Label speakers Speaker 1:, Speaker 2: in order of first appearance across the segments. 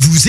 Speaker 1: Vous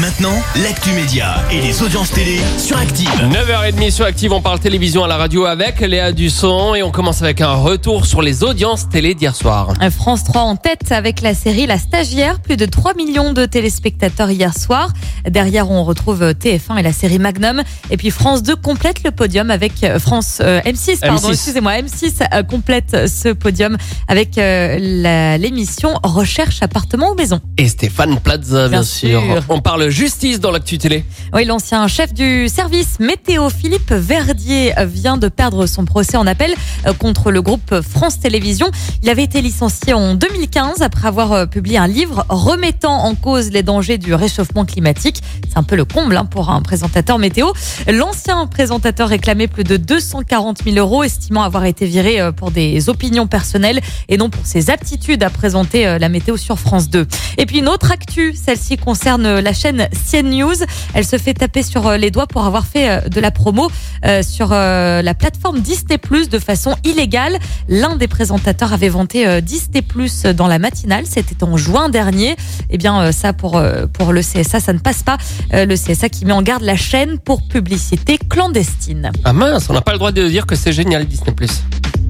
Speaker 1: maintenant, l'actu média et les audiences télé sur Active.
Speaker 2: 9h30 sur Active, on parle télévision à la radio avec Léa Dusson et on commence avec un retour sur les audiences télé d'hier soir.
Speaker 3: France 3 en tête avec la série La Stagiaire, plus de 3 millions de téléspectateurs hier soir. Derrière, on retrouve TF1 et la série Magnum. Et puis France 2 complète le podium avec France euh, M6, pardon,
Speaker 2: M6.
Speaker 3: excusez-moi, M6 euh, complète ce podium avec euh, la- l'émission Recherche appartement ou maison.
Speaker 2: Et Stéphane Plaza, bien,
Speaker 3: Bien
Speaker 2: sûr.
Speaker 3: sûr.
Speaker 2: On parle justice dans l'actu télé.
Speaker 3: Oui, l'ancien chef du service météo Philippe Verdier vient de perdre son procès en appel euh, contre le groupe France Télévisions. Il avait été licencié en 2015 après avoir euh, publié un livre remettant en cause les dangers du réchauffement climatique. C'est un peu le comble hein, pour un présentateur météo. L'ancien présentateur réclamait plus de 240 000 euros, estimant avoir été viré euh, pour des opinions personnelles et non pour ses aptitudes à présenter euh, la météo sur France 2. Et puis une autre actu, celle-ci concerne la chaîne CNews. Elle se fait taper sur euh, les doigts pour avoir fait euh, de la promo euh, sur euh, la plateforme Disney Plus de façon illégale. L'un des présentateurs avait vanté euh, Disney Plus dans la matinale. C'était en juin dernier. Eh bien, euh, ça pour euh, pour le CSA, ça ne passe pas. Euh, Le CSA qui met en garde la chaîne pour publicité clandestine.
Speaker 2: Ah mince, on n'a pas le droit de dire que c'est génial Disney+.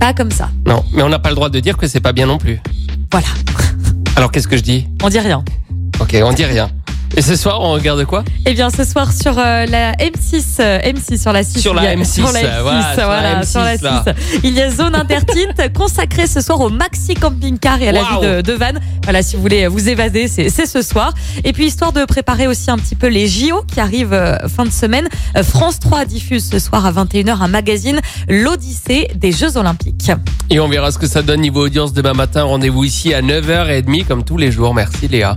Speaker 3: Pas comme ça.
Speaker 2: Non, mais on n'a pas le droit de dire que c'est pas bien non plus.
Speaker 3: Voilà.
Speaker 2: Alors qu'est-ce que je dis
Speaker 3: On dit rien.
Speaker 2: Ok, on dit rien. Et ce soir, on regarde quoi
Speaker 3: Eh bien, ce soir sur euh, la M6, euh, M6 sur la 6,
Speaker 2: Sur la
Speaker 3: il y a-
Speaker 2: M6,
Speaker 3: sur la M6,
Speaker 2: voilà, sur
Speaker 3: voilà,
Speaker 2: la M6,
Speaker 3: sur la 6,
Speaker 2: là.
Speaker 3: il y a Zone Intertinte consacrée ce soir au maxi camping-car et à la
Speaker 2: Waouh.
Speaker 3: vie de, de Vannes. Voilà, si vous voulez vous évader, c'est c'est ce soir. Et puis histoire de préparer aussi un petit peu les JO qui arrivent euh, fin de semaine, euh, France 3 diffuse ce soir à 21h un magazine l'Odyssée des Jeux Olympiques.
Speaker 2: Et on verra ce que ça donne niveau audience demain matin. Rendez-vous ici à 9h30 comme tous les jours. Merci Léa.